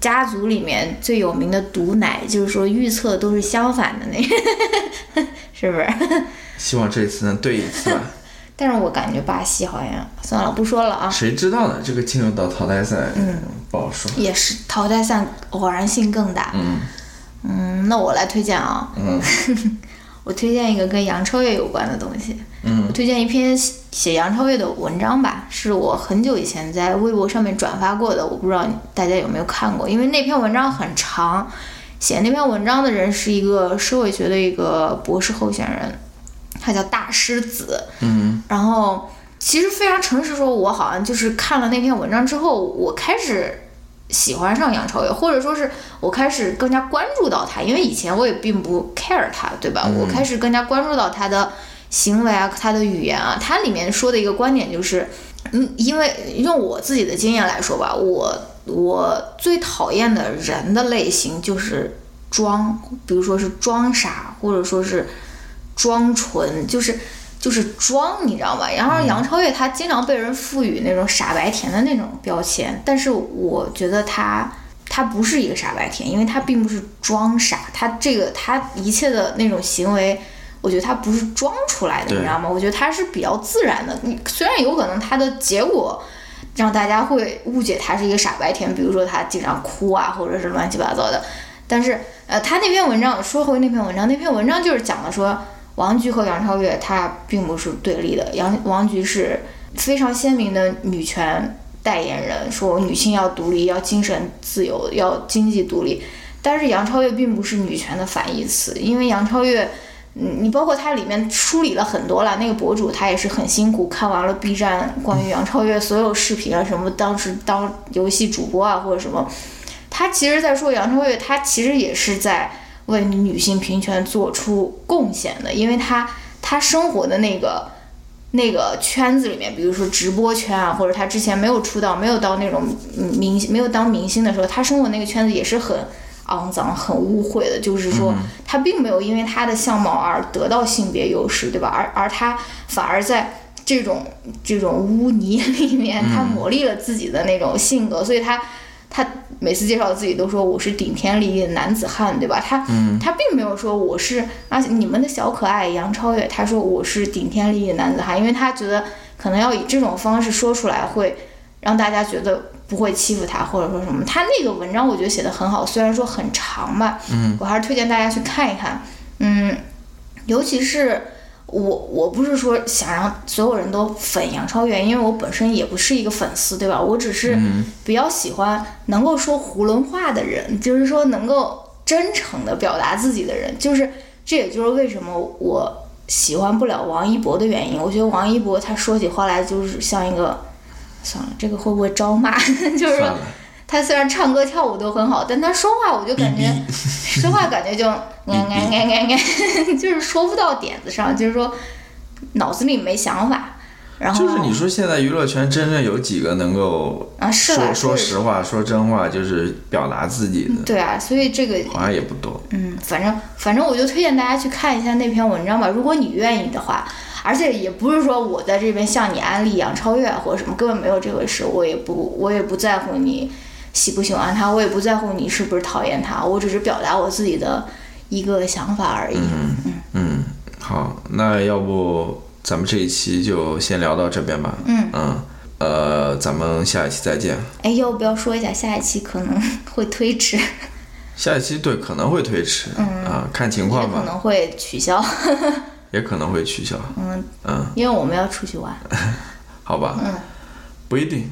家族里面最有名的毒奶，就是说预测都是相反的那个， [LAUGHS] 是不是？
[LAUGHS] 希望这次能对一次吧，
但是我感觉巴西好像算了，不说了啊。
谁知道呢？这个进入到淘汰赛，嗯，不好说。
也是淘汰赛偶然性更大。嗯那我来推荐啊。
嗯
[LAUGHS] 我推荐一个跟杨超越有关的东西。嗯，我推荐一篇写写杨超越的文章吧，是我很久以前在微博上面转发过的，我不知道大家有没有看过，因为那篇文章很长。写那篇文章的人是一个社会学的一个博士候选人，他叫大狮子。
嗯，
然后其实非常诚实说，我好像就是看了那篇文章之后，我开始喜欢上杨超越，或者说是我开始更加关注到他，因为以前我也并不 care 他，对吧？我开始更加关注到他的行为啊，他的语言啊，他里面说的一个观点就是，嗯，因为用我自己的经验来说吧，我我最讨厌的人的类型就是装，比如说是装傻，或者说是装纯，就是就是装，你知道吧？然后杨超越她经常被人赋予那种傻白甜的那种标签，但是我觉得她她不是一个傻白甜，因为她并不是装傻，她这个她一切的那种行为。我觉得她不是装出来的，
对
你知道吗？我觉得她是比较自然的。你虽然有可能她的结果让大家会误解他是一个傻白甜，比如说他经常哭啊，或者是乱七八糟的。但是，呃，他那篇文章说回那篇文章，那篇文章就是讲的说，王菊和杨超越她并不是对立的，杨王菊是非常鲜明的女权代言人，说女性要独立，要精神自由，要经济独立。但是杨超越并不是女权的反义词，因为杨超越。嗯，你包括它里面梳理了很多了，那个博主他也是很辛苦，看完了 B 站关于杨超越所有视频啊，什么当时当游戏主播啊或者什么，他其实在说杨超越，她其实也是在为女性平权做出贡献的，因为她她生活的那个那个圈子里面，比如说直播圈啊，或者她之前没有出道，没有到那种嗯明星没有当明星的时候，她生活那个圈子也是很肮脏、很污秽的。就是说，她并没有因为她的相貌而得到性别优势，对吧？而而她反而在这种这种污泥里面，她磨砺了自己的那种性格，所以她。他每次介绍自己都说我是顶天立地的男子汉，对吧？他、他并没有说我是啊你们的小可爱杨超越，他说我是顶天立地的男子汉，因为他觉得可能要以这种方式说出来会让大家觉得不会欺负他或者说什么。他那个文章我觉得写的很好，虽然说很长吧，嗯，我还是推荐大家去看一看，嗯，尤其是我，我不是说想让所有人都粉杨超越，因为我本身也不是一个粉丝，对吧？我只是
嗯
比较喜欢能够说囫囵话的人，就是说能够真诚的表达自己的人，就是这也就是为什么我喜欢不了王一博的原因。我觉得王一博他说起话来就是像一个，算了，这个会不会招骂？ [LAUGHS] 就
算
是说
了。
他虽然唱歌跳舞都很好，但他说话我就
嗯
感觉，说话感觉就哎哎哎哎哎， [LAUGHS] 就是说不到点子上，就是说脑子里没想法。然后
就是你说现在娱乐圈真正有几个能够
啊是
说
啦
说
是
实话、说真话，就是表达自己的，
对啊，所以这个
好像也不多。
嗯，反正反正我就推荐大家去看一下那篇文章吧，如果你愿意的话。而且也不是说我在这边向你安利杨超越啊或者什么，根本没有这回事。我也不我也不在乎你喜不喜欢他，我也不在乎你是不是讨厌他，我只是表达我自己的一个想法而已。
嗯，好，那要不咱们这一期就先聊到这边吧。嗯呃，咱们下一期再见。
哎，要不要说一下下一期可能 [LAUGHS] 会推迟，也
下一期对可能会推迟，啊，看情况
可
吧，
能会取消，
也可能会取消。嗯
因为我们要出去玩。
好吧，不一定，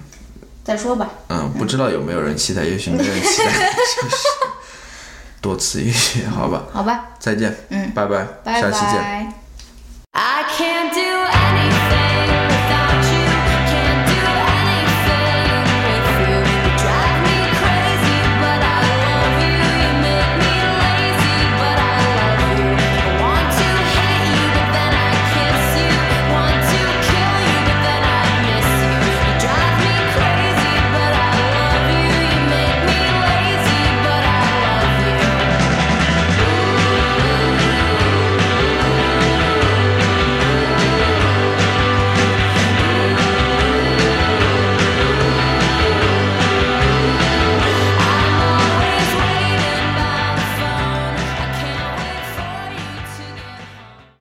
再说吧，
嗯，不知道有没有人期待，也许没有人期待， [LAUGHS] 就是多此一举，好吧，
好吧，
再见，嗯，拜拜，
拜拜。
下期见。
I can't do